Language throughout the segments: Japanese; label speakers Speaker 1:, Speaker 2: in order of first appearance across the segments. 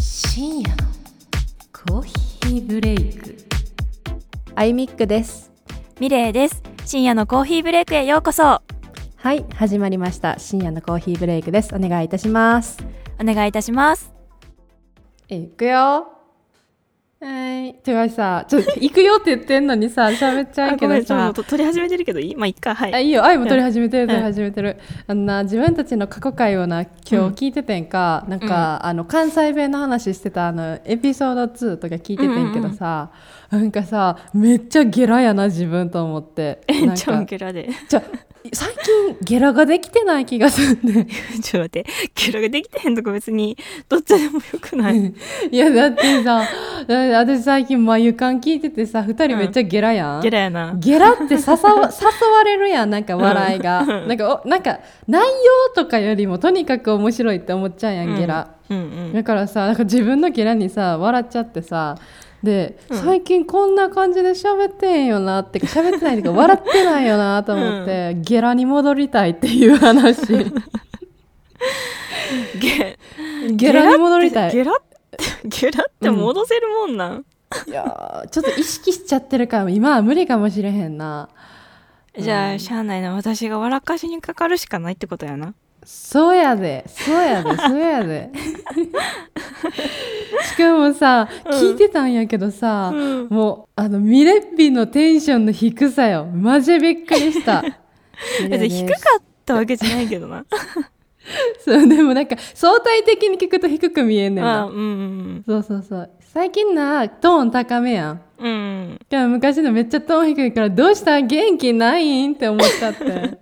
Speaker 1: 深夜のコーヒーブレイク
Speaker 2: アイミックです
Speaker 3: ミレイです深夜のコーヒーブレイクへようこそ
Speaker 2: はい始まりました深夜のコーヒーブレイクですお願いいたします
Speaker 3: お願いいたします
Speaker 2: いくよはいてかさちょっと行くよって言ってんのにさ喋っちゃうけどさ
Speaker 3: と取り始めてるけどいいまあいっかは
Speaker 2: あいいよ愛も取り始めてる取り始めてる、あのな自分たちの過去回をな今日聞いててんか、なんか、あの関西弁の話してたあのエピソード2とか聞いててんけどさ、なんかさめっちゃゲラやな自分と思ってな
Speaker 3: え
Speaker 2: ん
Speaker 3: ん
Speaker 2: か
Speaker 3: ちゃんゲラで
Speaker 2: じゃ最近ゲラができてない気がするね
Speaker 3: ちょっと待ってゲラができてへんとこ別にどっちでもよくない
Speaker 2: いやだってさだって私最近眉間聞いててさ2人めっちゃゲラやん、
Speaker 3: ゲラやな
Speaker 2: ゲラって誘 わ誘われるやんなんか笑いが、
Speaker 3: うん
Speaker 2: なんかおなんか内容とかよりもとにかく面白いって思っちゃうやん、ゲラ
Speaker 3: うんうん
Speaker 2: だからさなんか自分のゲラにさ笑っちゃってさで、
Speaker 3: うん
Speaker 2: 最近こんな感じで喋ってんよなってか喋ってないっていうか笑ってないよなと思って、ゲラに戻りたいっていう 話
Speaker 3: ゲ
Speaker 2: ゲラに戻りたい
Speaker 3: ゲラってゲラって戻せるもんなん、
Speaker 2: いやーちょっと意識しちゃってるから今は無理かもしれへんな
Speaker 3: じゃあしゃあないな私が笑かしにかかるしかないってことやな
Speaker 2: そうやでそうや でそうやでしかもさ聞いてたんやけどさ、
Speaker 3: うん
Speaker 2: もうあのミレッピのテンションの低さよマジびっくりしたミレ
Speaker 3: 別に
Speaker 2: です
Speaker 3: 低かったわけじゃないけどな
Speaker 2: そうでもなんか相対的に聞くと低く見えんねん
Speaker 3: あ
Speaker 2: な
Speaker 3: うんうん
Speaker 2: そうそうそう最近なトーン高めやん
Speaker 3: うんうん
Speaker 2: でも昔のめっちゃトーン低いから、どうした元気ないんって思っちゃって。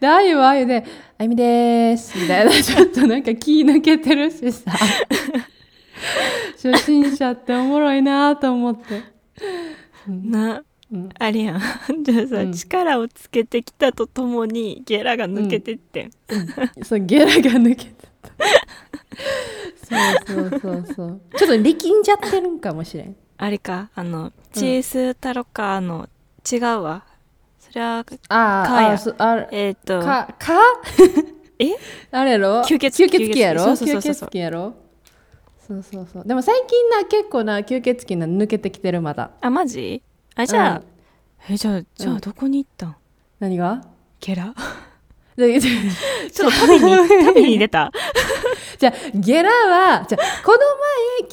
Speaker 2: で、あゆはあゆで、あゆみでーす。み たいな、ちょっとなんか気抜けてるし さ。初心者っておもろいなと思って。
Speaker 3: な
Speaker 2: うん
Speaker 3: あれやん じゃあさ、
Speaker 2: うん
Speaker 3: 力をつけてきたとともにゲラが抜けてってん、
Speaker 2: そう、ゲラが抜けてた。そうそうそうそう。 ちょっと力んじゃってるんかもしれん。
Speaker 3: あれかあのチースタロカーの違うわそれは
Speaker 2: あー
Speaker 3: かや
Speaker 2: あー、そあれ、
Speaker 3: えっ、と
Speaker 2: か、か
Speaker 3: え
Speaker 2: あれやろ
Speaker 3: 吸血
Speaker 2: 吸血鬼やろ
Speaker 3: 吸血鬼そうそうそう
Speaker 2: 吸血
Speaker 3: そう
Speaker 2: 鬼やろそうそうそう。でも最近な、結構な、吸血鬼な、抜けてきてる、まだ。
Speaker 3: あマジあじゃあ、
Speaker 2: うん
Speaker 3: えじゃあじゃ
Speaker 2: う
Speaker 3: あ
Speaker 2: ん
Speaker 3: どこに行ったん
Speaker 2: 何が
Speaker 3: ゲラ
Speaker 2: で じ
Speaker 3: ちょっと 旅に旅に出た
Speaker 2: ゃあゲラは、じゃあこの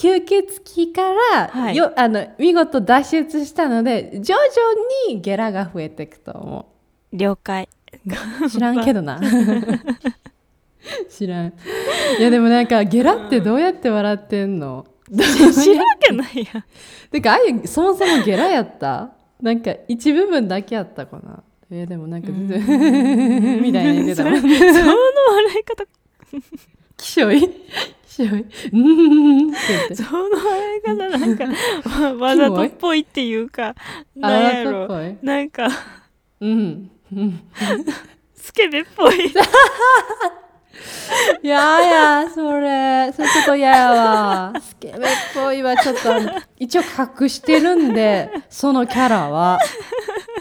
Speaker 2: 前、吸血鬼から、
Speaker 3: はい
Speaker 2: よあの見事脱出したので、徐々にゲラが増えていくと思
Speaker 3: 了解
Speaker 2: う。知らんけど な。知らん。いや、でもなんか、ゲラってどうやって笑ってんの、
Speaker 3: 知らんけない やん
Speaker 2: てかあゆそもそもゲラやったなんか一部分だけやったかなえーでもなんか全然 みたいな言ってたもん
Speaker 3: その笑い方
Speaker 2: きしょいきしょいうーんって言って
Speaker 3: その笑い方な んかわわざとっぽいっていう
Speaker 2: あ
Speaker 3: かなん
Speaker 2: ら
Speaker 3: や
Speaker 2: とっ
Speaker 3: ろ
Speaker 2: ぽい
Speaker 3: なんか
Speaker 2: うんうん
Speaker 3: スケベっぽ い
Speaker 2: いやーやそれそれちょっと嫌やわスケベっぽいはちょっとあの一応隠してるんでそのキャラは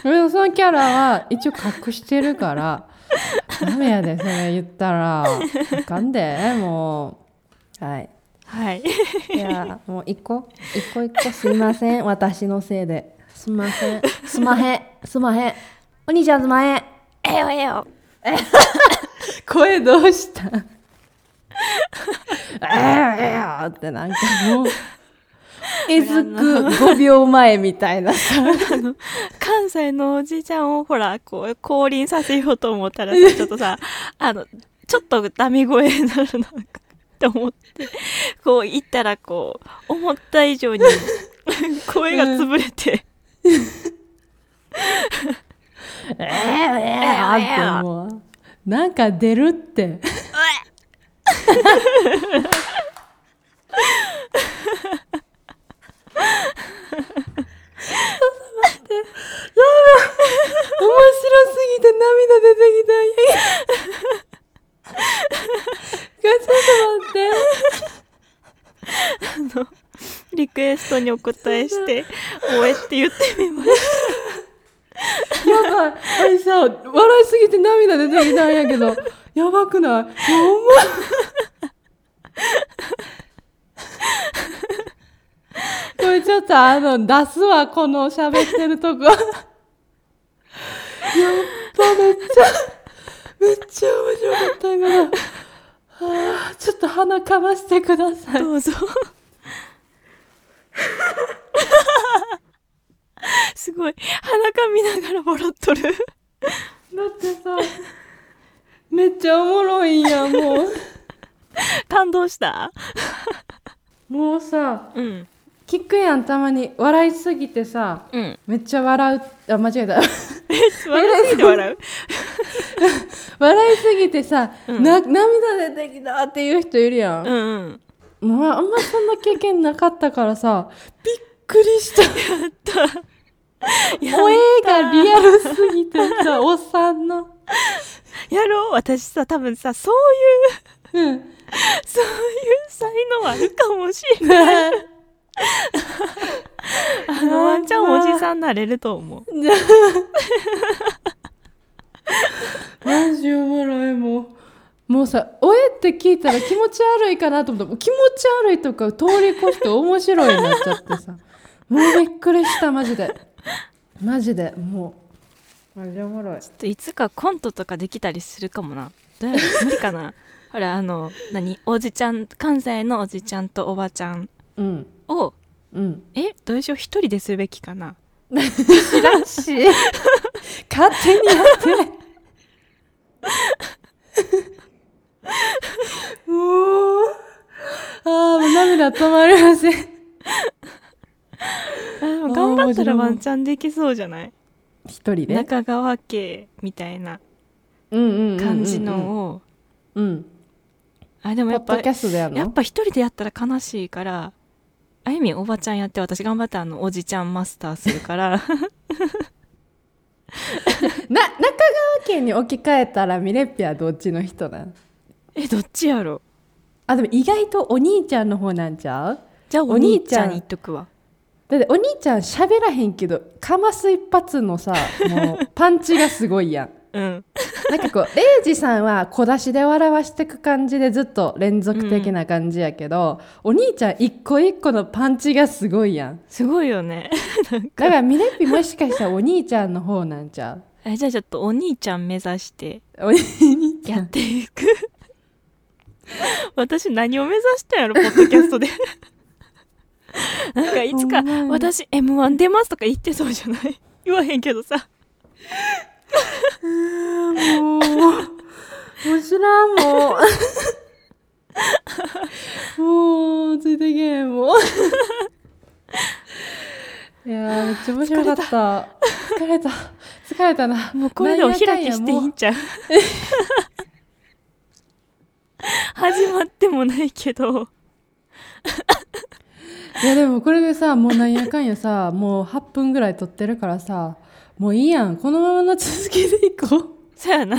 Speaker 2: でもそのキャラは一応隠してるからダメやでそれ言ったらあかんでもうはい
Speaker 3: はい
Speaker 2: いやもう一個一個一個すいません私のせいですいませんすまへんすまへんお兄ちゃんすまへん
Speaker 3: えよえよ
Speaker 2: 声どうしたええよってなんか もうえずく5秒前みたいなさ
Speaker 3: 関西のおじいちゃんをほらこう降臨させようと思ったらさちょっとさあのちょっとダミ声になるなって思ってこう行ったらこう思った以上に声が潰れて、
Speaker 2: ええええってもうなんか出るって面白すぎて涙出てきた。いやいやちょっと待って。
Speaker 3: リクエストにお答えして「おえ」って言ってみまし
Speaker 2: やばい。あれさ、笑いすぎて涙出てきたんやけど、やばくないやばい。ちょっとあの出すわこの喋ってるとこやっぱめっちゃめっちゃ面白かった今のはあちょっと鼻かましてください
Speaker 3: どうぞ。 すごい。鼻かみながら笑っとる。
Speaker 2: だってさめっちゃおもろいんやも
Speaker 3: 感動した
Speaker 2: うもうさ
Speaker 3: うん。
Speaker 2: 聞くやんたまに笑いすぎてさ
Speaker 3: うん。
Speaker 2: めっちゃ笑うあ間違えた
Speaker 3: 笑いすぎて笑う。
Speaker 2: 笑いすぎてさ、
Speaker 3: うん
Speaker 2: な涙出てきたっていう人いるやん
Speaker 3: うんうん。
Speaker 2: もうあんまそんな経験なかったからさ、びっくり した。
Speaker 3: や
Speaker 2: おえがリアルすぎてさ、おっさんの。
Speaker 3: やろう私さ、多分さ、そういう、
Speaker 2: うん。
Speaker 3: そういう才能あるかもしれない。 あの、ワンちゃんおじさんなれると思う。
Speaker 2: マジおもろいもう。もうさ、おえって聞いたら気持ち悪いかなと思ったもう気持ち悪いとか通り越して面白いになっちゃってさ。 もうびっくりした、マジで。マジで、もう。マジおもろい。
Speaker 3: ちょっといつかコントとかできたりするかもな。どうやろ無理かな。 ほら、あの、何おじちゃん、関西のおじちゃんとおばちゃん
Speaker 2: うん。
Speaker 3: を、
Speaker 2: うん。
Speaker 3: え、どうしよう、一人でするべきかな。
Speaker 2: 知らんし。勝手にや って。もう。ああ、もう涙止まりません。
Speaker 3: あでも
Speaker 2: あー
Speaker 3: 頑張った
Speaker 2: 面白
Speaker 3: ら
Speaker 2: い
Speaker 3: ワンチャンできそうじゃない
Speaker 2: 一人で。
Speaker 3: 中川家みたいな
Speaker 2: うんうんうんうんうん
Speaker 3: 感じのを、
Speaker 2: うん。
Speaker 3: あ、でも
Speaker 2: ポ
Speaker 3: や
Speaker 2: ッ
Speaker 3: っぱ、
Speaker 2: ドキャ
Speaker 3: や
Speaker 2: ストでやるの。
Speaker 3: っぱ一人でやったら悲しいから、あゆみんおばちゃんやって私頑張ってあのおじちゃんマスターする から、
Speaker 2: な、中川家に置き換えたら、ミレッピはどっちの人なん。
Speaker 3: え、どっちやろ
Speaker 2: あ、でも意外とお兄ちゃんの方なんちゃう。
Speaker 3: じゃあ
Speaker 2: お
Speaker 3: お
Speaker 2: 兄
Speaker 3: 兄
Speaker 2: ち
Speaker 3: ち
Speaker 2: ゃ
Speaker 3: ゃ
Speaker 2: ん
Speaker 3: んに言っとくわ。
Speaker 2: だってお兄ちゃん喋らへんけどかます一発のさも うパンチがすごいやん
Speaker 3: うん。
Speaker 2: なんかこうレイジさんは小出しで笑わしてく感じでずっと連続的な感じやけど、お兄ちゃん一個一個のパンチがすごいやん
Speaker 3: すごいよね。
Speaker 2: だからミレッピもしかしたらお兄ちゃんの方なんちゃ
Speaker 3: えじゃあちょっとお兄ちゃん目指して
Speaker 2: うお兄ち
Speaker 3: や
Speaker 2: ゃ
Speaker 3: っ
Speaker 2: ん
Speaker 3: ていく私何を目指したんやろポッドキャスト でなんかいつ
Speaker 2: ほ
Speaker 3: か
Speaker 2: んまや
Speaker 3: 「私 m 1出ます」とか言ってそうじゃない言わへんけどさ
Speaker 2: もうもう知らんもうもうついてけえもういやーめっちゃ面白かった疲れた疲れたな
Speaker 3: もうこれでお開きしていいんちゃう 始まってもないけど
Speaker 2: いやでもこれでさもうなんやかんやさもう8分ぐらい撮ってるからさもういいやんこのままの続きでいこ
Speaker 3: そうやな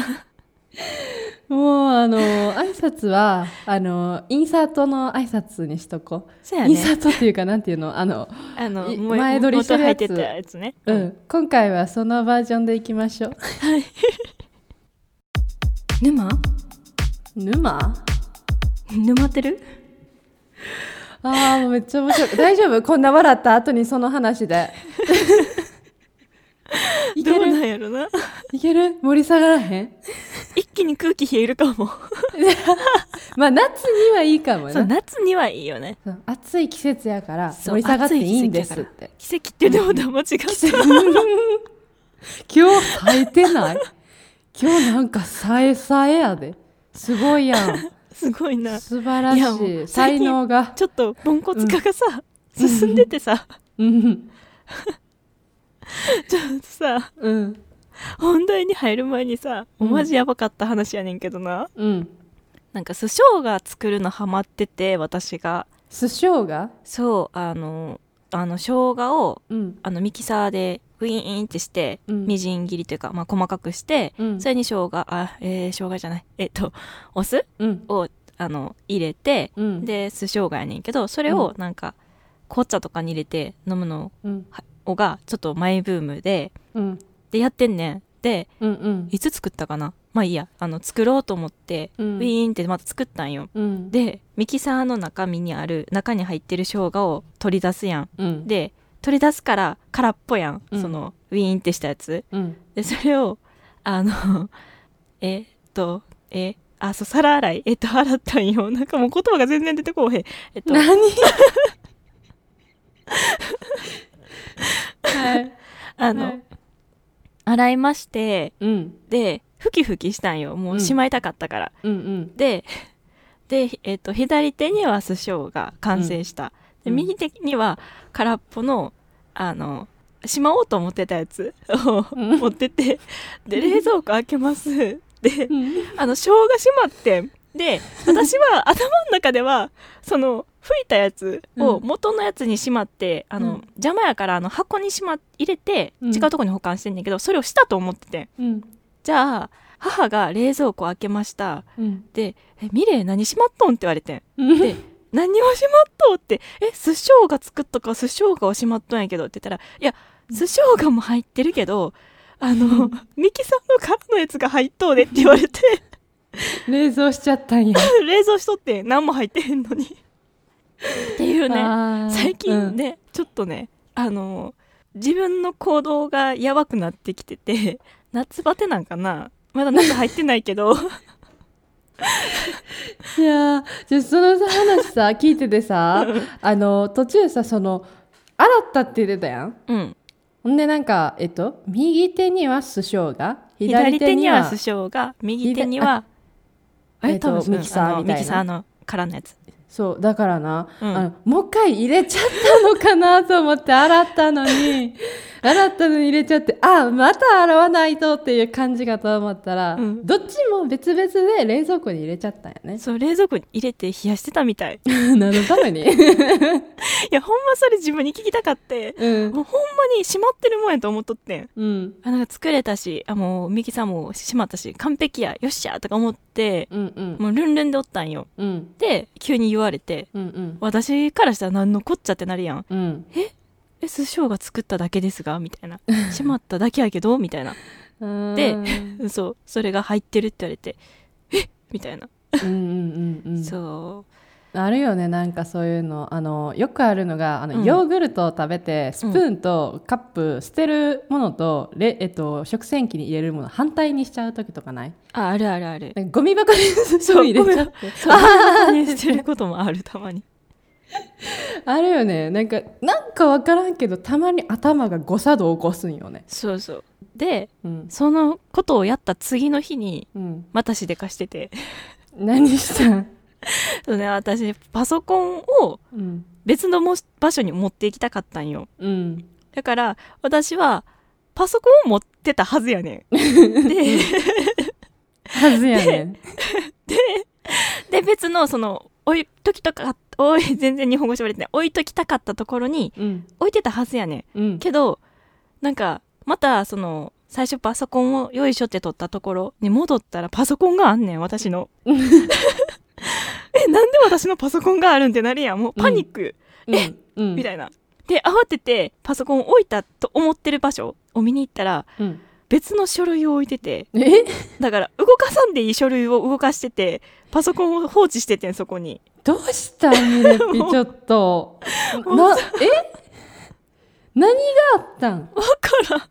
Speaker 2: うもうあの挨拶はあのインサートの挨拶にしとこ
Speaker 3: そう
Speaker 2: う、
Speaker 3: や
Speaker 2: インサ
Speaker 3: ね
Speaker 2: ートっていうかなんていうのあの
Speaker 3: あの
Speaker 2: い
Speaker 3: もう
Speaker 2: 前撮りしてるやつ
Speaker 3: 元入ってたやつね
Speaker 2: うん、今回はそのバージョンでいきましょう
Speaker 3: 沼
Speaker 2: 沼
Speaker 3: 沼ってる
Speaker 2: あーもうめっちゃ面白い大丈夫こんな笑った後にその話 でい
Speaker 3: ど
Speaker 2: け
Speaker 3: うな
Speaker 2: る
Speaker 3: んやろない
Speaker 2: ける盛り下がらへん
Speaker 3: 一気に空気冷えるかも
Speaker 2: まあ夏にはいいかも
Speaker 3: そう
Speaker 2: な
Speaker 3: 夏にはいいよね
Speaker 2: そう暑い季節やから
Speaker 3: そう
Speaker 2: 盛り下がっていいんですっ
Speaker 3: 暑
Speaker 2: て
Speaker 3: 奇跡って言うても間違った
Speaker 2: 今日冴えてない今日なんか冴え冴えやですごいやん
Speaker 3: すご いな
Speaker 2: 素晴らし
Speaker 3: いやも
Speaker 2: いう才能が
Speaker 3: ちょっとポンコツ化がさ、進んでてさ、
Speaker 2: うん
Speaker 3: ちょっとさ
Speaker 2: うん
Speaker 3: 本題に入る前にさ、
Speaker 2: うん
Speaker 3: マジやばかった話やねんけどな
Speaker 2: うん
Speaker 3: なんか寿司が作るのハマってて私が
Speaker 2: 酢生姜
Speaker 3: そうあのあの生姜を
Speaker 2: うん
Speaker 3: あのミキサーでウィーンってして、
Speaker 2: うん
Speaker 3: みじん切りというか、まあ、細かくして、
Speaker 2: うん
Speaker 3: それに生姜あえー、生姜じゃないえっとお酢
Speaker 2: うん
Speaker 3: をあの入れて、
Speaker 2: うん
Speaker 3: で酢生姜やねんけどそれをなんか、紅茶とかに入れて飲むの
Speaker 2: うん
Speaker 3: をがちょっとマイブームで
Speaker 2: うん
Speaker 3: でやってんねんで
Speaker 2: うんうん
Speaker 3: いつ作ったかなまあいいやあの作ろうと思って、
Speaker 2: うん
Speaker 3: ウィーンってまた作ったんよ
Speaker 2: うん、
Speaker 3: でミキサーの中身にある中に入ってる生姜を取り出すやん
Speaker 2: うん、
Speaker 3: で取り出すから空っぽやん、
Speaker 2: うん
Speaker 3: そのウィーンってしたやつ
Speaker 2: うん、
Speaker 3: でそれをあのえっとえあそう皿洗いえっと洗ったんよなんかもう言葉が全然出てこうへん えっと
Speaker 2: 何はい
Speaker 3: あの、
Speaker 2: はい
Speaker 3: 洗いまして
Speaker 2: うん
Speaker 3: でふきふきしたんよもうしまいたかったから、
Speaker 2: うんうん
Speaker 3: でで、えっと左手には酢生が完成した、
Speaker 2: うん
Speaker 3: で右手には空っぽのあのしまおうと思ってたやつを
Speaker 2: うん
Speaker 3: 持っててで冷蔵庫開けますで
Speaker 2: うん
Speaker 3: あの生姜しまってんで私 は頭の中ではその吹いたやつを
Speaker 2: うん
Speaker 3: 元のやつにしまって、あの
Speaker 2: うん
Speaker 3: 邪魔やからあの箱にしま入れて
Speaker 2: うん
Speaker 3: 違うとこに保管してんねんけど、それをしたと思っててん
Speaker 2: うん
Speaker 3: じゃあ母が冷蔵庫開けました
Speaker 2: うん
Speaker 3: で「えミレイ何しまっとん?」って言われてん
Speaker 2: うん
Speaker 3: で「何をしまっとん?」って「え酢生姜作ったか酢生姜をしまっとんやけど」って言ったら「いや酢生姜も入ってるけどあのミキさんの殻のやつが入っとうで」って言われて
Speaker 2: 冷蔵しちゃったんや
Speaker 3: 冷蔵しとってん何も入ってへんのにっていうね
Speaker 2: あー
Speaker 3: 最近ね、ちょっとねあの自分の行動がやばくなってきてて夏バテなんかなまだ夏入ってないけど
Speaker 2: いやーじゃあそのさ話さ聞いててさあの途中さその洗ったって言ってたやん
Speaker 3: うん
Speaker 2: ほんでなんかえっと右手には酢生姜
Speaker 3: 左
Speaker 2: 左
Speaker 3: 手
Speaker 2: 手
Speaker 3: に
Speaker 2: に
Speaker 3: は
Speaker 2: は
Speaker 3: 酢生姜右手には
Speaker 2: あ
Speaker 3: え
Speaker 2: えっと
Speaker 3: 多分そう
Speaker 2: ミキサー
Speaker 3: あの
Speaker 2: みたいな
Speaker 3: ミキサーのからのやつ
Speaker 2: そうだからな、
Speaker 3: うん
Speaker 2: あのもう一回入れちゃったのかなと思って洗ったのに洗ったのに入れちゃってあまた洗わないとっていう感じかと思ったら、
Speaker 3: うん
Speaker 2: どっちも別々で冷蔵庫に入れちゃったんやね
Speaker 3: そう冷蔵庫に入れて冷やしてたみた いい
Speaker 2: 何のために、
Speaker 3: やほんまそれ自分に聞きたかって
Speaker 2: うん
Speaker 3: もうほんまにしまってるもんやと思っとってん
Speaker 2: うん、
Speaker 3: あなんか作れたしあもうミキサーもしまったし完璧やよっしゃとか思って
Speaker 2: うんうん
Speaker 3: もうルンルンでおったんよ
Speaker 2: うんうん
Speaker 3: で急に言われて
Speaker 2: うんうん
Speaker 3: 私からしたら何のこっちゃってなるやん
Speaker 2: うん
Speaker 3: え酢生姜作っただけですがみたい なしまっただけやけどみたいな
Speaker 2: うん
Speaker 3: で
Speaker 2: うん
Speaker 3: そうそれが入ってるって言われてえみたいな、
Speaker 2: うん うんうん
Speaker 3: そう
Speaker 2: あるよねなんかそういうのあのよくあるのがあの、
Speaker 3: うん
Speaker 2: ヨーグルトを食べてスプーンとカップ捨てるものと、れえっと、食洗機に入れるもの反対にしちゃう時とかない
Speaker 3: ああるあるある
Speaker 2: なんかゴミ箱に スプーン入れちゃう
Speaker 3: そうああ してることもあるたまに
Speaker 2: あるよねなんかなんか分からんけどたまに頭が誤作動を起こすんよね
Speaker 3: そうそうで
Speaker 2: うん、
Speaker 3: そのことをやった次の日に
Speaker 2: うん、
Speaker 3: またしでかしてて
Speaker 2: 何したん、
Speaker 3: そう、ね、私パソコンを
Speaker 2: うん
Speaker 3: 別のもし場所に持っていきたかったんよ
Speaker 2: うん、
Speaker 3: だから私はパソコンを持ってたはずや ねんで
Speaker 2: はずやねん
Speaker 3: で別のその置いときたかおい全然日本語喋れてない置いときたかったところに
Speaker 2: うん
Speaker 3: 置いてたはずやねん
Speaker 2: うん
Speaker 3: けどなんかまたその最初パソコンをよいしょって取ったところに戻ったらパソコンがあんねん私の えなんで私のパソコンがあるんってなるやんもうパニック、
Speaker 2: え、うん、
Speaker 3: みたいなで慌ててパソコンを置いたと思ってる場所を見に行ったら
Speaker 2: うん、
Speaker 3: 別の書類を置いてて
Speaker 2: え
Speaker 3: だから動かさんでいい書類を動かしててパソコンを放置しててんそこに
Speaker 2: どうしたミ レッピちょっと
Speaker 3: もう
Speaker 2: なえ何があったん
Speaker 3: わからん
Speaker 2: だ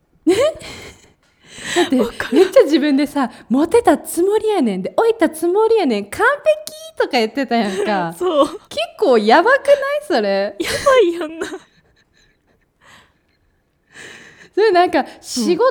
Speaker 2: ってめっちゃ自分でさモテたつもりやねんで置いたつもりやねん完璧とか言ってたやんか
Speaker 3: そう や
Speaker 2: 結構やばくないそれ
Speaker 3: ばいやんな
Speaker 2: それなんか仕事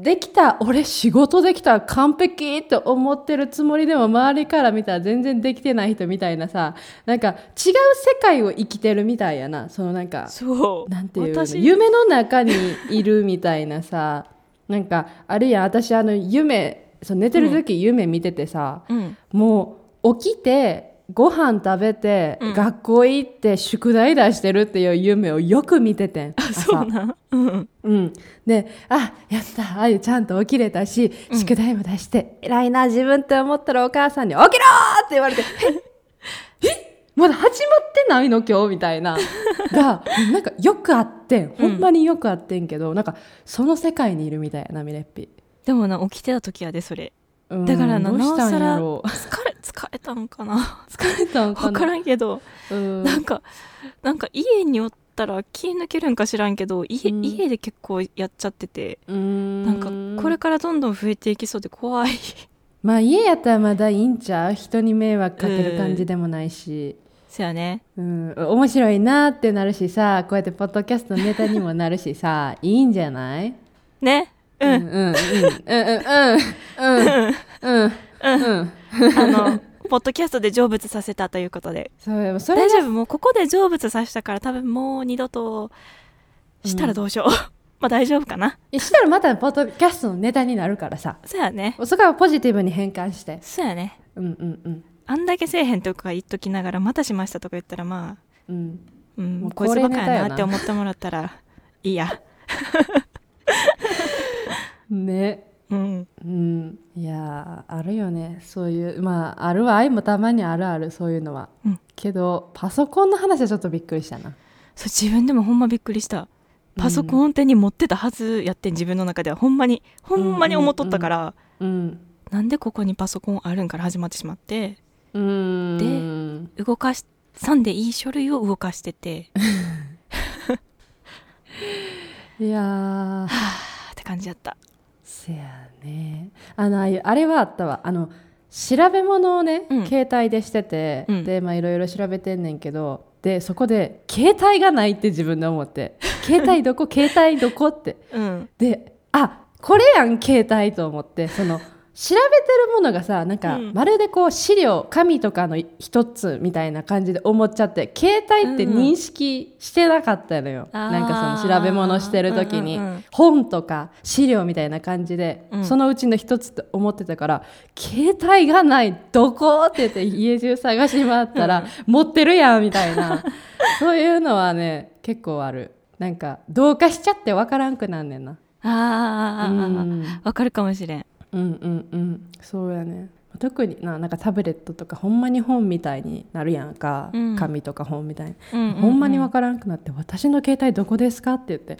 Speaker 2: できた、俺仕事できた完璧って思ってるつもりでも周りから見たら全然できてない人みたいなさなんか違う世界を生きてるみたいやなそのなんか
Speaker 3: そう
Speaker 2: なんていうの
Speaker 3: 私
Speaker 2: 夢の中にいるみたいなさ なんかあるやん私あの夢そう寝てる時夢見ててさ、
Speaker 3: うん
Speaker 2: もう起きてご飯食べて、
Speaker 3: うん
Speaker 2: 学校行って宿題出してるっていう夢をよく見ててん
Speaker 3: あそうなんうん
Speaker 2: うん、であやったあゆちゃんと起きれたし
Speaker 3: うん
Speaker 2: 宿題も出して、偉いな自分って思ったらお母さんに「起きろ!」って言 われて「ええまだ始まってないの今日」みたいな がなんかよくあってんほんまによくあってんけど、なんかその世界にいるみたいやなミレッピ。
Speaker 3: でもな起きてた時やでそれ
Speaker 2: うん
Speaker 3: だからな
Speaker 2: どうしたんやろ
Speaker 3: 疲れ疲れたのかな
Speaker 2: 疲れたんか
Speaker 3: 分
Speaker 2: な
Speaker 3: からんけど
Speaker 2: うん
Speaker 3: なんかなんか家におったら気抜けるんか知らんけど家,、
Speaker 2: うん
Speaker 3: 家で結構やっちゃっててな
Speaker 2: なん
Speaker 3: かこれからどんどん増えていきそうで怖い
Speaker 2: まあ家やったらまだいいんちゃう人に迷惑かける感じでもないし、
Speaker 3: そやね
Speaker 2: うん、面白いなってなるしさこうやってポッドキャストのネタにもなるしさいいんじゃない
Speaker 3: ね
Speaker 2: う
Speaker 3: うん
Speaker 2: んうんうんうんうんうんうんうんうん
Speaker 3: あのポッドキャストで成仏させたということで
Speaker 2: そうそれ
Speaker 3: 大
Speaker 2: が
Speaker 3: 丈夫もうここで成仏させたから多分もう二度としたらどうしよう、 まあ大丈夫かない
Speaker 2: やしたらまたポッドキャストのネタになるからさ
Speaker 3: そやね
Speaker 2: そこはポジティブに変換して
Speaker 3: そやね
Speaker 2: うんうんうん
Speaker 3: あんだけせえへんとか言っときながらまたしましたとか言ったらまあ
Speaker 2: うん
Speaker 3: うん、
Speaker 2: もう
Speaker 3: こいつバカ
Speaker 2: 恒例ネタ
Speaker 3: や
Speaker 2: や
Speaker 3: な
Speaker 2: な
Speaker 3: って思ってもらったらい いや
Speaker 2: ね
Speaker 3: うん
Speaker 2: うんいやーあるよねそういうまああるわ愛もたまにあるあるそういうのは、
Speaker 3: うん
Speaker 2: けどパソコンの話はちょっとびっくりしたな
Speaker 3: そう自分でもほんまびっくりしたパソコン手に持ってたはずやってん自分の中ではほんまにほんまに思っとったから、
Speaker 2: うん
Speaker 3: なんでここにパソコンあるんから始まってしまって
Speaker 2: うんで
Speaker 3: 動かしさんでいい書類を動かし てて
Speaker 2: いやー
Speaker 3: あーって感じやった
Speaker 2: せやねあのああいうあれはあったわあの調べ物をね、
Speaker 3: うん
Speaker 2: 携帯でしてて、
Speaker 3: うん
Speaker 2: でまあいろいろ調べてんねんけどでそこで携帯がないって自分で思って 携帯どこ携帯どこって
Speaker 3: うん
Speaker 2: であこれやん携帯と思ってそ の調べてるものがさなんか、
Speaker 3: うん
Speaker 2: まるでこう資料紙とかの一つみたいな感じで思っちゃって携帯って認識してなかったのよ、
Speaker 3: うんうん
Speaker 2: なんかその調べ物してる時に、
Speaker 3: あーうんうんうん
Speaker 2: 本とか資料みたいな感じで、
Speaker 3: うん
Speaker 2: そのうちの一つって思ってたから携帯がないどこって言って家中探し回ったら、持ってるやんみたい なそういうのはね結構あるなんか同化しちゃって分からんくなんねんな。
Speaker 3: あーあーあーあー
Speaker 2: うん
Speaker 3: わかるかもしれん
Speaker 2: うんうんうんそうやね特にななんかタブレットとかほんまに本みたいになるやんか、
Speaker 3: うん
Speaker 2: 紙とか本みたいに、
Speaker 3: うんうんうん
Speaker 2: ほんまにわからんくなって「私の携帯どこですか?」って言って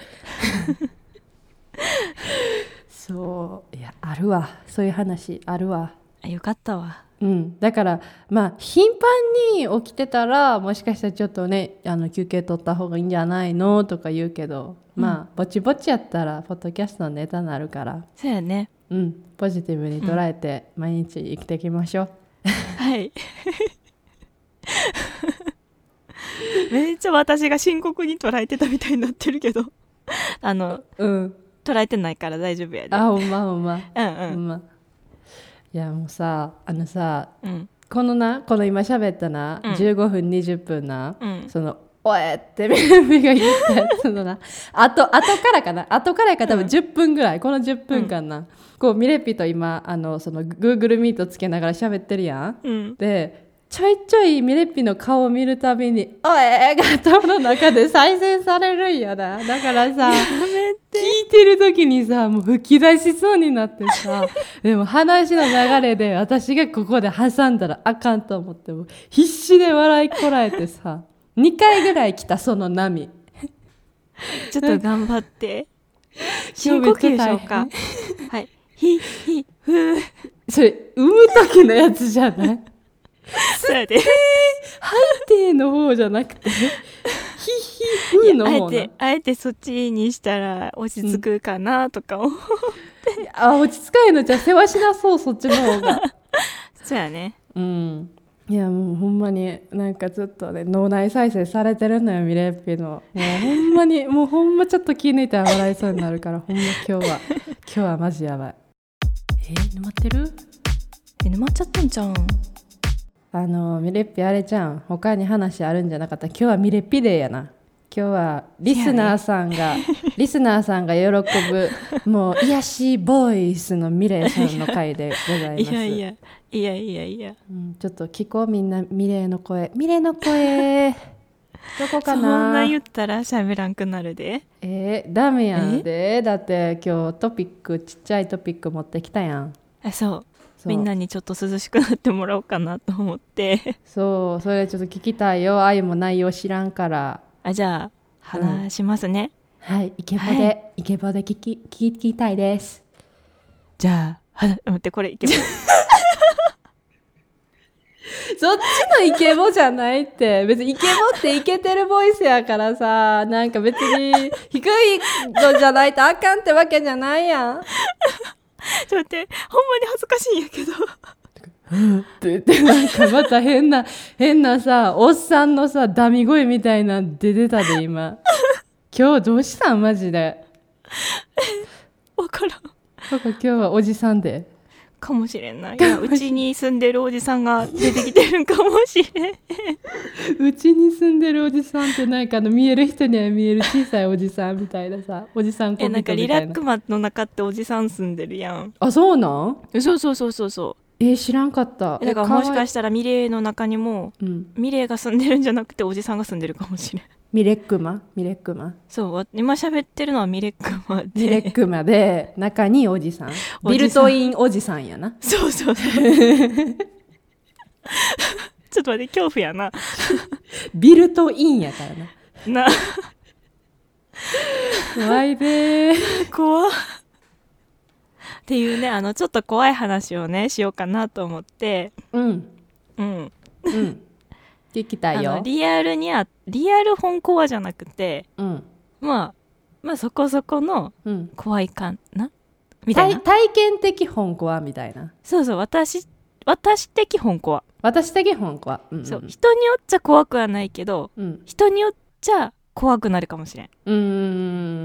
Speaker 2: そういやあるわそういう話あるわ
Speaker 3: あよかったわ
Speaker 2: うん、だからまあ頻繁に起きてたらもしかしたらちょっとねあの休憩取った方がいいんじゃないのとか言うけど、まあぼちぼちやったらポッドキャストのネタになるから
Speaker 3: そうやね
Speaker 2: うん、ポジティブに捉えて毎日生きていきましょう。
Speaker 3: はいめっちゃ私が深刻に捉えてたみたいになってるけどあの
Speaker 2: うん。
Speaker 3: 捉えてないから大丈夫やで、
Speaker 2: あ、ほんまほんま。
Speaker 3: うんう
Speaker 2: ほ
Speaker 3: ん
Speaker 2: んま。いやもうさ、あのさ、
Speaker 3: うん
Speaker 2: このな、この今喋ったな、
Speaker 3: うん
Speaker 2: 15分20分な、
Speaker 3: うん
Speaker 2: その、おえってみなみが言ったや つのな、あと、あとからかな、あとからやから多分10分ぐらい、この10分間な、こう、ミレピと今、あの、その、Google ミートつけながら喋ってるやん。
Speaker 3: うん
Speaker 2: でちょいちょいミレッピの顔を見るたびに「おえ!」が頭の中で再生されるんやなだからさ聞いてる時にさもう吹き出しそうになってさ でも話の流れで私がここで挟んだらあかんと思ってもう必死で笑いこらえてさ2回ぐらい来たその波
Speaker 3: ちょっと頑張って。
Speaker 2: 今日
Speaker 3: 深呼
Speaker 2: めっち
Speaker 3: 吸
Speaker 2: ゃ
Speaker 3: し
Speaker 2: 大
Speaker 3: よ
Speaker 2: 変
Speaker 3: うか。はい。ひ、ひ、ふー。
Speaker 2: それ産む時のやつじゃ ない
Speaker 3: そうやで。
Speaker 2: 背底の方じゃなくてヒヒフーの
Speaker 3: あえ
Speaker 2: 方な
Speaker 3: て、あえてそっちにしたら落ち着くかなとか思う。
Speaker 2: あ落ち着かへんのじゃあ世話しなそうそっちの方 が
Speaker 3: そうやね。
Speaker 2: うんいやもうほんまになんかずっとね脳内再生されてるのよミレッピのもうほんまにもうほんまちょっと気抜いたら笑いそうになるからほんま今 日は今日はマジやばいえ沼ってる
Speaker 3: え、沼っちゃったんじゃうん。
Speaker 2: あのミレッピあれちゃん他に話あるんじゃなかった今日はミレッピデーやな今日はリスナーさんが、 リスナーさんが喜ぶもう癒やしボイスのミレイさんの回でございます
Speaker 3: いやいや、いやいやいや。
Speaker 2: うん、ちょっと聞こうみんなミレイの声ミレイの 声どこ
Speaker 3: そ
Speaker 2: か
Speaker 3: んな
Speaker 2: な
Speaker 3: 言ったら喋らんくなるで。
Speaker 2: えー、ダメやんでだって今日トピックちっちゃいトピック持ってきたやん
Speaker 3: あ、そう。
Speaker 2: そう
Speaker 3: みんなにちょっと涼しくなってもらおうかなと思って。
Speaker 2: そうそれちょっと聞きたいよ愛も内容知らんから
Speaker 3: あ、じゃあ、話しますね。
Speaker 2: はいイケボで、
Speaker 3: はい
Speaker 2: イケボで聞き聞き聞きたいです
Speaker 3: じゃあ、あ待ってこれ イケボ
Speaker 2: そっちのイケボじゃないって。別にイケボってイケてるボイスやからさ、なんか別 に低いのじゃないとあかんってわけじゃないやん。
Speaker 3: ちょっと待ってほんまに恥ずかしいんやけど
Speaker 2: って言って、なんかまた変な、変なさ、おっさんのさ、ダミ声みたいなん出てたで今。今日どうしたんマジで。
Speaker 3: わからん
Speaker 2: パパ今日はおじさんで。
Speaker 3: かもしれんないい やうちに住んでるおじさんが出てきてるんかもしれん
Speaker 2: うちに住んでるおじさんってなんかあの見える人には見える小さいおじさんみたいなさ、おじさんコ
Speaker 3: え
Speaker 2: ンビ
Speaker 3: なんか
Speaker 2: ト
Speaker 3: リ
Speaker 2: みた
Speaker 3: ラ
Speaker 2: い
Speaker 3: ッ
Speaker 2: な
Speaker 3: ク。マの中っておじさん住んでるやん
Speaker 2: あ、そうなん
Speaker 3: そうそうそうそうそ
Speaker 2: えー知らんかった。
Speaker 3: うだからもしか
Speaker 2: し
Speaker 3: したらミレイの中にも
Speaker 2: て。うん。
Speaker 3: ミレイが住んでるんじゃなくておじさんが住んでるかもしれん
Speaker 2: ミレックマミレックマ
Speaker 3: そうわ今喋ってるのはミレックマで
Speaker 2: ミレックマで中におじさん。
Speaker 3: おじさん
Speaker 2: ビルトインおじさんやな。
Speaker 3: そ うそうそうちょっと待って恐怖やな
Speaker 2: ビルトインやから な。
Speaker 3: な
Speaker 2: 怖いでー。
Speaker 3: 怖っっていうねあのちょっと怖い話をねしようかなと思って
Speaker 2: うん。
Speaker 3: うん
Speaker 2: うん。聞きた
Speaker 3: あ
Speaker 2: い
Speaker 3: の
Speaker 2: よ。
Speaker 3: リアルにはリアル本コアじゃなくて
Speaker 2: うん。
Speaker 3: まあまあそこそこの
Speaker 2: うん。
Speaker 3: 怖いかなみたい
Speaker 2: 体
Speaker 3: な
Speaker 2: 体験的本コアみたいな。
Speaker 3: そうそう私私的本コア、
Speaker 2: 私的本コア。うん、
Speaker 3: そう人によっちゃ怖くはないけど
Speaker 2: うん。
Speaker 3: 人によっちゃ怖くなるかもしれん
Speaker 2: うん。うー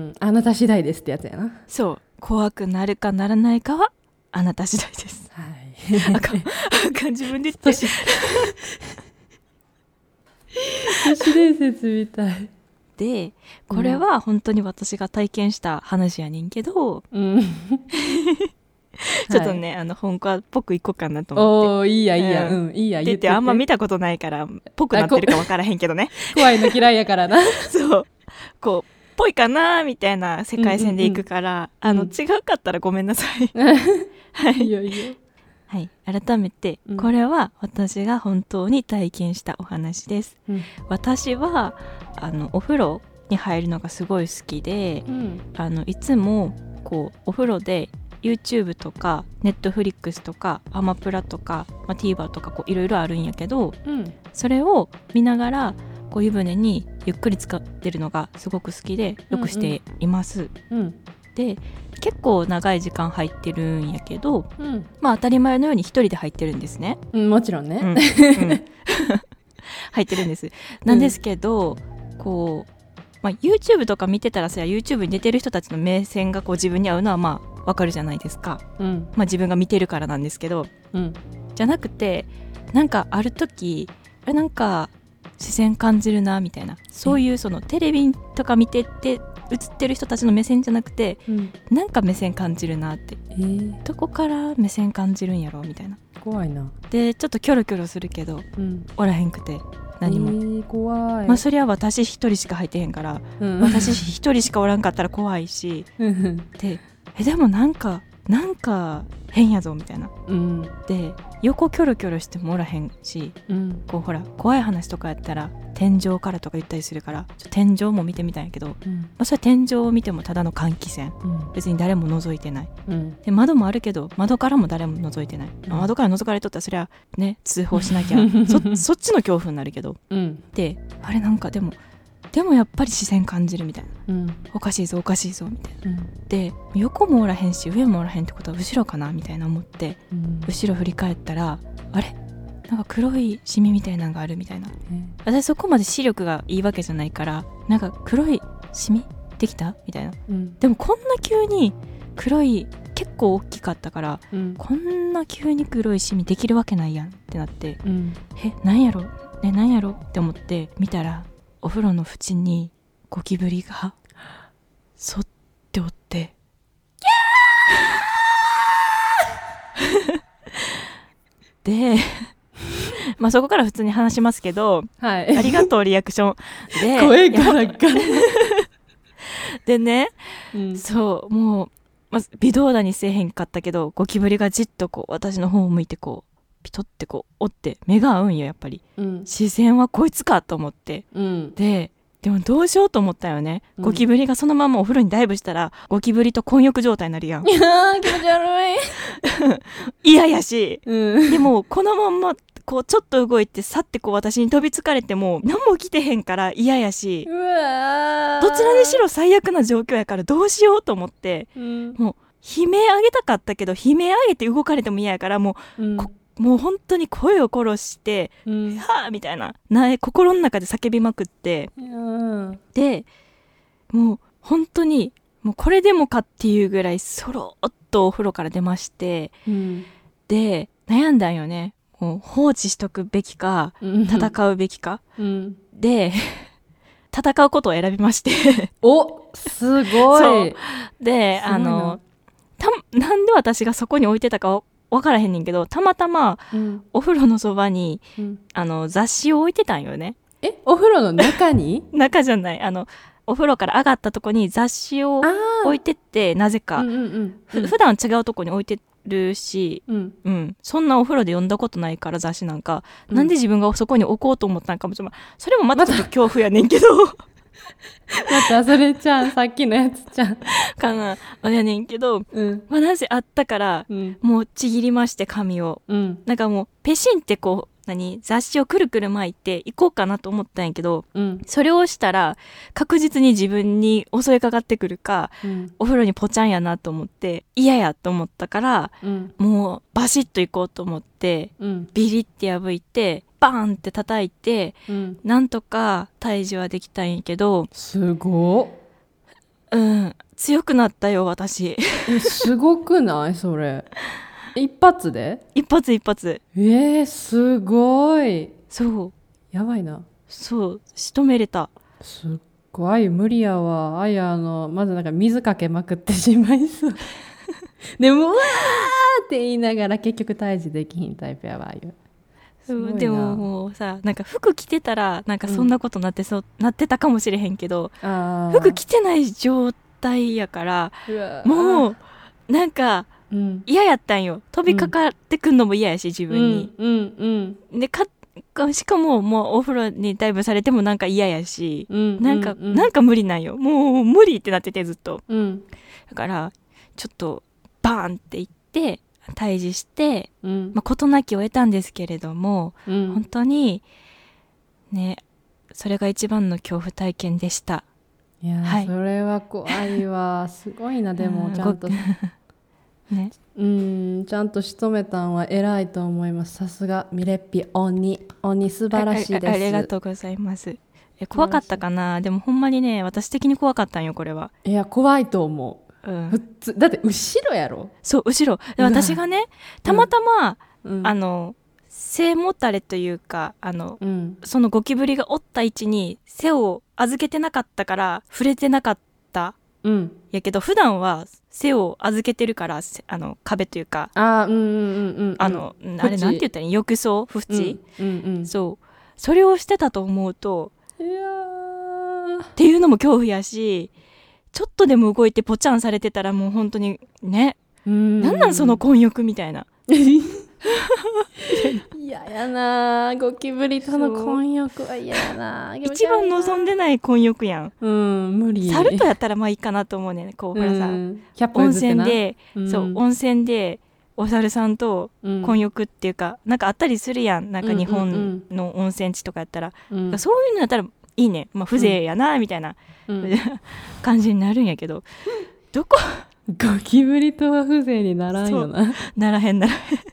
Speaker 2: ん。あなた次第ですってやつや な。
Speaker 3: そう怖くなるかならないかはあなた次第です
Speaker 2: はい。
Speaker 3: あかんあかん自分で言って
Speaker 2: 都市都市伝説みたい。
Speaker 3: でこれは本当に私が体験した話やねんけど、
Speaker 2: うん。
Speaker 3: ちょっとねあの本コアっぽくいこうかなと思って。
Speaker 2: おーいいやいいや、
Speaker 3: う
Speaker 2: うん、いいや
Speaker 3: っ
Speaker 2: 言
Speaker 3: て言
Speaker 2: っ
Speaker 3: っててあんま見たことないからっぽくなってるか分からへんけどね
Speaker 2: 怖いの嫌いやから な
Speaker 3: そうこうぽいかなみたいな世界線でいくから、
Speaker 2: うんうんうん
Speaker 3: あの違うかったらごめんなさい
Speaker 2: いいよいいよ
Speaker 3: はい改めて、
Speaker 2: うん
Speaker 3: これは私が本当に体験したお話です
Speaker 2: うん
Speaker 3: 私はあのお風呂に入るのがすごい好きで
Speaker 2: うん
Speaker 3: あのいつもこうお風呂で YouTube とか Netflix とかアマプラとか、まあ、TVer とかこういろいろあるんやけど
Speaker 2: うん
Speaker 3: それを見ながらこう湯船にゆっくり使ってるのがすごく好きでよくしています。
Speaker 2: うん
Speaker 3: で結構長い時間入ってるんやけど、
Speaker 2: うん
Speaker 3: まあ、当たり前のように一人で入ってるんですね。
Speaker 2: うんもちろん
Speaker 3: うん
Speaker 2: ね
Speaker 3: うん入ってるんです。なんですけど、こう、まあ、YouTube とか見てたらさ YouTube に出てる人たちの目線がこう自分に合うのはまあわかるじゃないですか、
Speaker 2: うん
Speaker 3: まあ、自分が見てるからなんですけど
Speaker 2: うん
Speaker 3: じゃなくてなんかある時あれなんか視線感じるなみたいなそういうそのテレビとか見てて映ってる人たちの目線じゃなくて
Speaker 2: うん
Speaker 3: なんか目線感じるなって
Speaker 2: えー、
Speaker 3: どこから目線感じるんやろみたいな
Speaker 2: 怖いな
Speaker 3: でちょっとキョロキョロするけど
Speaker 2: うん
Speaker 3: おらへんくて何も、
Speaker 2: えー、怖い、
Speaker 3: まあそりゃ私一人しか入ってへんから
Speaker 2: うん
Speaker 3: 私一人しかおらんかったら怖いし
Speaker 2: うん
Speaker 3: でえでもなんかなんか変やぞみたいな
Speaker 2: うん
Speaker 3: で横キョロキョロしてもおらへんし
Speaker 2: うん
Speaker 3: こうほら怖い話とかやったら天井からとか言ったりするからちょ天井も見てみたんやけど、ま
Speaker 2: うん
Speaker 3: あ、それは天井を見てもただの換気扇
Speaker 2: うん
Speaker 3: 別に誰も覗いてない
Speaker 2: うん
Speaker 3: で窓もあるけど窓からも誰も覗いてない、まあ
Speaker 2: うん
Speaker 3: 窓から覗かれとったらそりゃね通報しな きゃそそっちの恐怖になるけど
Speaker 2: うん
Speaker 3: であれなんかでもでもやっぱり視線感じるみたいな
Speaker 2: うん
Speaker 3: おかしいぞおかしいぞみたいなで横もおらへんし上もおらへんってことは後ろかなみたいな思って
Speaker 2: うん
Speaker 3: 後ろ振り返ったらあれなんか黒いシミみたいなのがあるみたいな私そこまで視力がいいわけじゃないからなんか黒いシミできたみたいな
Speaker 2: うん
Speaker 3: でもこんな急に黒い結構大きかったから
Speaker 2: うん
Speaker 3: こんな急に黒いシミできるわけないやんってなって
Speaker 2: うん
Speaker 3: えなんやろねなんやろって思って見たらお風呂の縁にゴキブリがそっておってキャーでまあそこから普通に話しますけど
Speaker 2: は
Speaker 3: あ
Speaker 2: い
Speaker 3: りがとうリアクションで
Speaker 2: 声
Speaker 3: いや
Speaker 2: からか
Speaker 3: でね
Speaker 2: うん
Speaker 3: そうもう、まあ、微動だにせえへんかったけどゴキブリがじっとこう私の方を向いてこうピトってこう折って目が合うんよやっぱり
Speaker 2: うん
Speaker 3: 視線はこいつかと思って
Speaker 2: うん
Speaker 3: ででもどうしようと思ったよね、
Speaker 2: うん
Speaker 3: ゴキブリがそのままお風呂にダイブしたらゴキブリと混浴状態になるやん
Speaker 2: いやー気持ち悪い。
Speaker 3: 嫌やし
Speaker 2: うん。
Speaker 3: でもこのまんまこうちょっと動いてさってこう私に飛びつかれても何も来てへんから嫌やし
Speaker 2: うわー
Speaker 3: どちらにし、ろ最悪な状況やからどうしようと思って
Speaker 2: うん
Speaker 3: 悲鳴あげたかったけど悲鳴あげて動かれても嫌やからも
Speaker 2: うん
Speaker 3: こうもう本当に声を殺して
Speaker 2: うん
Speaker 3: 「はあ!」みたいなな心の中で叫びまくって
Speaker 2: うん
Speaker 3: でもう本当にもうこれでもかっていうぐらいそろっとお風呂から出まして
Speaker 2: うん
Speaker 3: で悩んだんよねもう放置しとくべきか
Speaker 2: うん
Speaker 3: 戦うべきか、
Speaker 2: うん
Speaker 3: で 戦うことを選びまして
Speaker 2: おす
Speaker 3: そ
Speaker 2: ご
Speaker 3: う
Speaker 2: い
Speaker 3: です
Speaker 2: ごいな
Speaker 3: あのたなんで私がそこに置いてたかわからへんねんけどたまたま
Speaker 2: うん
Speaker 3: お風呂のそばに
Speaker 2: うん
Speaker 3: あの雑誌を置いてたんよね
Speaker 2: えお風呂の中に
Speaker 3: 中じゃないあのお風呂から上がったとこに雑誌を置いてってなぜか、
Speaker 2: うんうんうん
Speaker 3: ふ普段違うとこに置いてるし、
Speaker 2: うん
Speaker 3: うん、そんなお風呂で読んだことないから雑誌なんか、
Speaker 2: うん
Speaker 3: なんで自分がそこに置こうと思ったんかもしれないそれもまたちょっと恐怖やねん けど
Speaker 2: またそれちゃんさっきのやつちゃん
Speaker 3: かなあやねんけど、
Speaker 2: うん
Speaker 3: まあ、なぜあったから
Speaker 2: うん
Speaker 3: もうちぎりまして髪を
Speaker 2: うん
Speaker 3: なんかもうペシンってこう何雑誌をくるくる巻いて行こうかなと思ったんやけど
Speaker 2: うん
Speaker 3: それをしたら確実に自分に襲いかかってくるか
Speaker 2: うん
Speaker 3: お風呂にぽちゃんやなと思って嫌やと思ったから
Speaker 2: うん
Speaker 3: もうバシッと行こうと思って
Speaker 2: うん
Speaker 3: ビリって破いてバーンって叩いて
Speaker 2: うん
Speaker 3: なんとか退治はできたんやけど
Speaker 2: すご
Speaker 3: うん強くなったよ私
Speaker 2: えすごくないそれ一発で
Speaker 3: 一発一発
Speaker 2: えー、すごい
Speaker 3: そう
Speaker 2: やばいな
Speaker 3: そう仕留めれた
Speaker 2: すっごい無理やわあやあのまずなんか水かけまくってしまいそうでもうわーって言いながら結局退治できひんタイプやわあゆすごいな
Speaker 3: でももうさなんか服着てたらなんかそんなことなってそう、なってたかもしれへんけど
Speaker 2: あー
Speaker 3: 服着てない状態やから
Speaker 2: うわー
Speaker 3: もうなんか
Speaker 2: うん
Speaker 3: 嫌やったんよ飛びかかってくんのも嫌やし自
Speaker 2: う
Speaker 3: 分に
Speaker 2: ん、うんうん
Speaker 3: でかしかももうお風呂にダイブされてもなんか嫌やし
Speaker 2: うん
Speaker 3: なんか、
Speaker 2: うん
Speaker 3: なんか無理なんよもう無理ってなっててずっと
Speaker 2: うん
Speaker 3: だからちょっとバーンっていって退治して
Speaker 2: うん
Speaker 3: まあ事なきを得たんですけれども
Speaker 2: う
Speaker 3: 本
Speaker 2: ん
Speaker 3: 当にねそれが一番の恐怖体験でした
Speaker 2: いやー、
Speaker 3: はい
Speaker 2: それは怖いわすごいなで
Speaker 3: う
Speaker 2: も
Speaker 3: ん
Speaker 2: ちゃんと
Speaker 3: ね
Speaker 2: うんちゃんと仕留めたんは偉いと思いますさすがミレッピ鬼鬼素晴らしいです
Speaker 3: ああありがとうございますえ怖かったかなでもほんまにね私的に怖かったんよこれは、
Speaker 2: いや怖いと思う
Speaker 3: うん
Speaker 2: 普通だって後ろやろ、
Speaker 3: そう後ろで
Speaker 2: うわ
Speaker 3: 私がねたまたま、
Speaker 2: うん
Speaker 3: あの背もたれというかあの
Speaker 2: うん
Speaker 3: そのゴキブリがおった位置に背を預けてなかったから触れてなかった
Speaker 2: うん
Speaker 3: やけど普段は背を預けてるからせあの壁というか
Speaker 2: あーうんうんうんうん
Speaker 3: あの、うん
Speaker 2: 縁
Speaker 3: あれなんて言ったらいい浴槽不
Speaker 2: うん
Speaker 3: 縁、
Speaker 2: うんうん
Speaker 3: そうそれをしてたと思うと
Speaker 2: いやー
Speaker 3: っていうのも恐怖やしちょっとでも動いてポチャンされてたらもう本当にね、
Speaker 2: うん
Speaker 3: なんなんその混浴みたいな
Speaker 2: 嫌やなーゴキブリとの混浴は嫌やなー
Speaker 3: 一番望んでない混浴やん
Speaker 2: うん無理
Speaker 3: 猿とやったらまあいいかなと思うねんこうほらさ、
Speaker 2: うん100歩
Speaker 3: 温
Speaker 2: 譲って
Speaker 3: 泉
Speaker 2: な
Speaker 3: で、そう温泉でお猿さんと混
Speaker 2: 浴
Speaker 3: 浴っていうか、なんかあったりするやんなんか日
Speaker 2: うんうん
Speaker 3: 本の温泉地とかやったら、
Speaker 2: うんうん
Speaker 3: そういうのやったらいいね、まあ、風情やなみたいな
Speaker 2: うん
Speaker 3: 感じになるんやけどどこ
Speaker 2: ゴキブリとは風情にならんよな
Speaker 3: ならへんならへん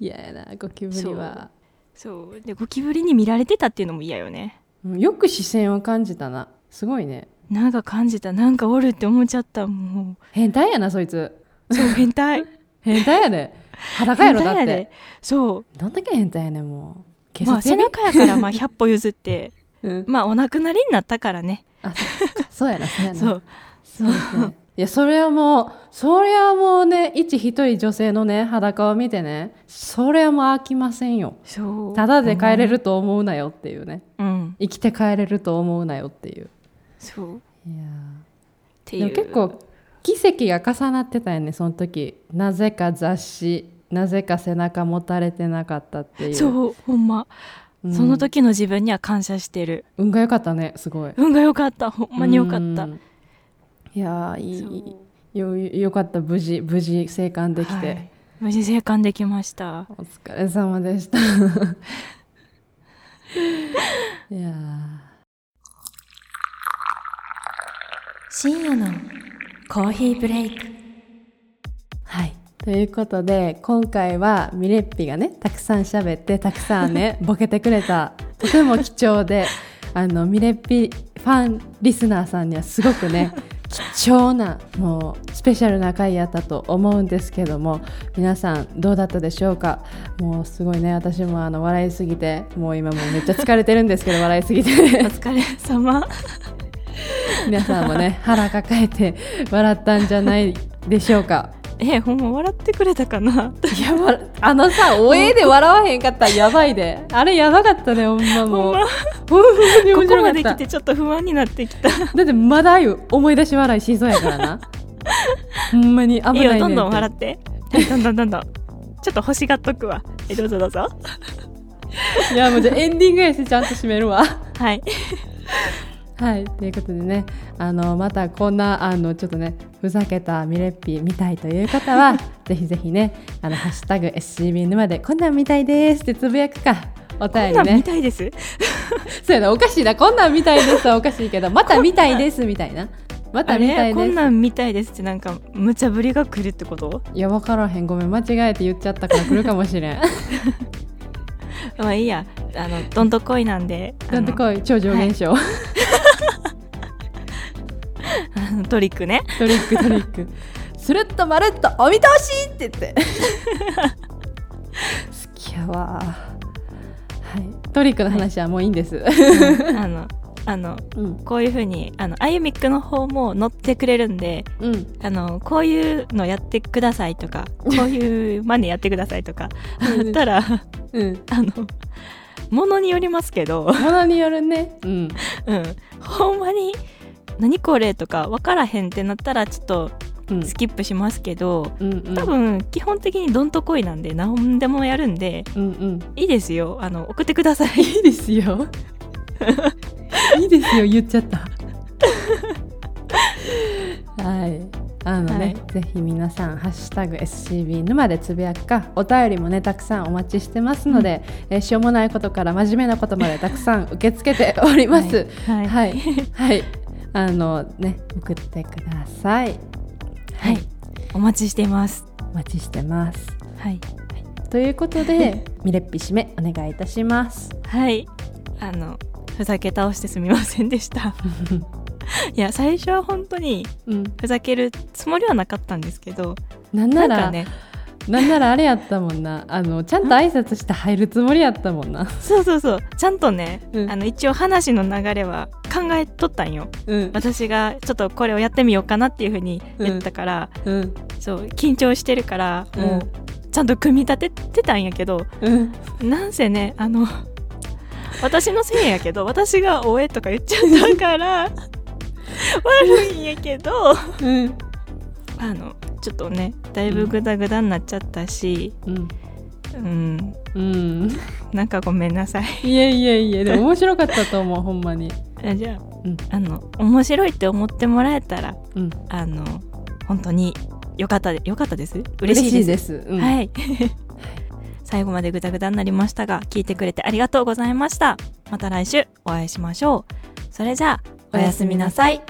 Speaker 2: 嫌やなゴキブリは
Speaker 3: そうでゴキブリに見られてたっていうのも嫌よね
Speaker 2: うんよく視線を感じたなすごいね
Speaker 3: なんか感じたなんかおるって思っちゃったも
Speaker 2: 変態やなそいつ
Speaker 3: うそう変態
Speaker 2: 変態や で裸やろだっ
Speaker 3: 変態や
Speaker 2: て
Speaker 3: でそう
Speaker 2: どんだけ変態やねんもう警
Speaker 3: まあ
Speaker 2: 察や
Speaker 3: 背
Speaker 2: で、
Speaker 3: 中 やからまあ100歩譲って
Speaker 2: うん
Speaker 3: まあお亡くなりになったからね
Speaker 2: あそっかそうやなそうやな
Speaker 3: そう
Speaker 2: そうですねいやそれはもうそれはもうね一一人女性のね裸を見てねそれはもう飽きませんよ
Speaker 3: そう
Speaker 2: ただで帰れると思うなよっていうね
Speaker 3: うん
Speaker 2: 生きて帰れると思うなよっていう
Speaker 3: そうっ
Speaker 2: いや
Speaker 3: て
Speaker 2: ー
Speaker 3: い
Speaker 2: で
Speaker 3: う
Speaker 2: も結構奇跡が重なってたよねその時なぜか雑誌なぜか背中持たれてなかったっていう
Speaker 3: そうほんま
Speaker 2: うん
Speaker 3: その時の自分には感謝してる
Speaker 2: 運が良かったねすごい
Speaker 3: 運が良かったほんまに良かった
Speaker 2: うんいやーい
Speaker 3: そう
Speaker 2: いよよかった無事無事生還できて、
Speaker 3: はい無事生還できました
Speaker 2: お疲れ様でした いやー
Speaker 3: 深夜のコーヒーブレイク
Speaker 2: はい。ということで、今回はミレッピがね、たくさん喋って、たくさんね、ボケてくれた、とても貴重で、あの、ミレッピファンリスナーさんにはすごくね、貴重な、もう、スペシャルな回やったと思うんですけども、皆さん、どうだったでしょうかもう、すごいね、私もあの、笑いすぎて、もう今もうめっちゃ疲れてるんですけど、笑いすぎ
Speaker 3: お
Speaker 2: て。
Speaker 3: 疲れ様
Speaker 2: 皆さんもね、腹抱えて笑ったんじゃないでしょうか。
Speaker 3: えほんま笑ってくれた かない
Speaker 2: やわあのさおえで笑わへんかったらやばいであれやばかったねほんまも
Speaker 3: ほ
Speaker 2: うんほん
Speaker 3: ま
Speaker 2: まに
Speaker 3: こ
Speaker 2: 面
Speaker 3: こ
Speaker 2: 白か
Speaker 3: ま
Speaker 2: っ
Speaker 3: で
Speaker 2: た
Speaker 3: 来てちょっと不安になってきた
Speaker 2: だってまだよ思い出し笑いしそうやからなほんまに危ないね
Speaker 3: いいよどんどん笑
Speaker 2: っ
Speaker 3: ってはいどんどんどんどんちょっと欲しがっとくわえどうぞどうぞ
Speaker 2: ていやもうじゃあエンディングやしちゃんと締めるわ
Speaker 3: はい
Speaker 2: はいということでねあのまたこんなあのちょっとねふざけたミレッピ見たいという方 はぜひぜひね「あのハッシュタグ #SCB 沼」で「こんなん見たいです」ってつぶやくかお
Speaker 3: こ
Speaker 2: 便
Speaker 3: ん
Speaker 2: り
Speaker 3: なん
Speaker 2: ね
Speaker 3: 見たいです
Speaker 2: そうやなおかしいなこんなん見たいですはおかしいけどまた見たいですみたいなまた
Speaker 3: あ
Speaker 2: 見た
Speaker 3: れ
Speaker 2: い
Speaker 3: こん
Speaker 2: です
Speaker 3: なん見たいですってなんか無茶ぶりが来るってこと
Speaker 2: いや分からへんごめん間違えて言っちゃったから来るかもし れん
Speaker 3: まあいいやあのどんとこいなんであ
Speaker 2: な
Speaker 3: の
Speaker 2: んてこい超常現象、
Speaker 3: あの トリックね
Speaker 2: トリックトリックスルッとまるっとお見通しって言って好きやわはいトリックの話はもういいんです、
Speaker 3: うんあのあの
Speaker 2: うん
Speaker 3: こういうふうにあのアユミックの方も乗ってくれるんで
Speaker 2: うん
Speaker 3: あのこういうのやってくださいと かこういうマネやってくださいとかあったらあ
Speaker 2: うん
Speaker 3: のものによりますけど、
Speaker 2: ものによるねうん
Speaker 3: うん、ほんまに「何これ?」とか分からへんってなったらちょっと
Speaker 2: うん
Speaker 3: スキップしますけど
Speaker 2: うんうん
Speaker 3: 多分基本的にどんとこいなんで何でもやるんで
Speaker 2: うんうん
Speaker 3: いいですよあの送ってください
Speaker 2: いいですよ。いいですよ、言っちゃった。はい。あのね、ぜひ皆さん「ハッシュタグ #SCB 沼」でつぶやくかお便りもねたくさんお待ちしてますので、えーしょうもないことから真面目なことまでたくさん受 け付けております。
Speaker 3: は
Speaker 2: はいい、
Speaker 3: はい
Speaker 2: はい、あのね送ってください。
Speaker 3: はいお待ちしてます
Speaker 2: お待ちしてます。
Speaker 3: はい
Speaker 2: ということ でミレッピ締めお願いいたします。
Speaker 3: はいあのふざけ倒してすみませんでした いや最初は本当に
Speaker 2: うん、
Speaker 3: ふざけるつもりはなかったんですけど
Speaker 2: なんな
Speaker 3: な
Speaker 2: んら
Speaker 3: かね
Speaker 2: なんならあれやったもんなあのちゃんと挨拶して入るつもりやったもんな
Speaker 3: そうそうそうちゃんとね、
Speaker 2: うん
Speaker 3: あの一応話の流れは考えとったんよ
Speaker 2: うん
Speaker 3: 私がちょっとこれをやってみようかなっていうふうに言ったから、
Speaker 2: うん
Speaker 3: そう緊張してるから
Speaker 2: うん
Speaker 3: もうちゃんと組み立ててたんやけど
Speaker 2: うん
Speaker 3: なんせねあの私のせいやけど私が「おえ」とか言っちゃったから悪いんやけどあ
Speaker 2: うん
Speaker 3: のちょっとねだいぶグダグダになっちゃったし
Speaker 2: うん
Speaker 3: うん
Speaker 2: うん
Speaker 3: なんかごめんなさい
Speaker 2: いえいえいえでも面白かったと思うほんまに
Speaker 3: あ じゃあ,、
Speaker 2: うん
Speaker 3: あの面白いって思ってもらえたら
Speaker 2: うん
Speaker 3: あの本当に良かったで良かったです嬉しいです
Speaker 2: すうん
Speaker 3: はい 最後までグダグダになりましたが聞いてくれてありがとうございましたまた来週お会いしましょうそれじゃあおやすみなさい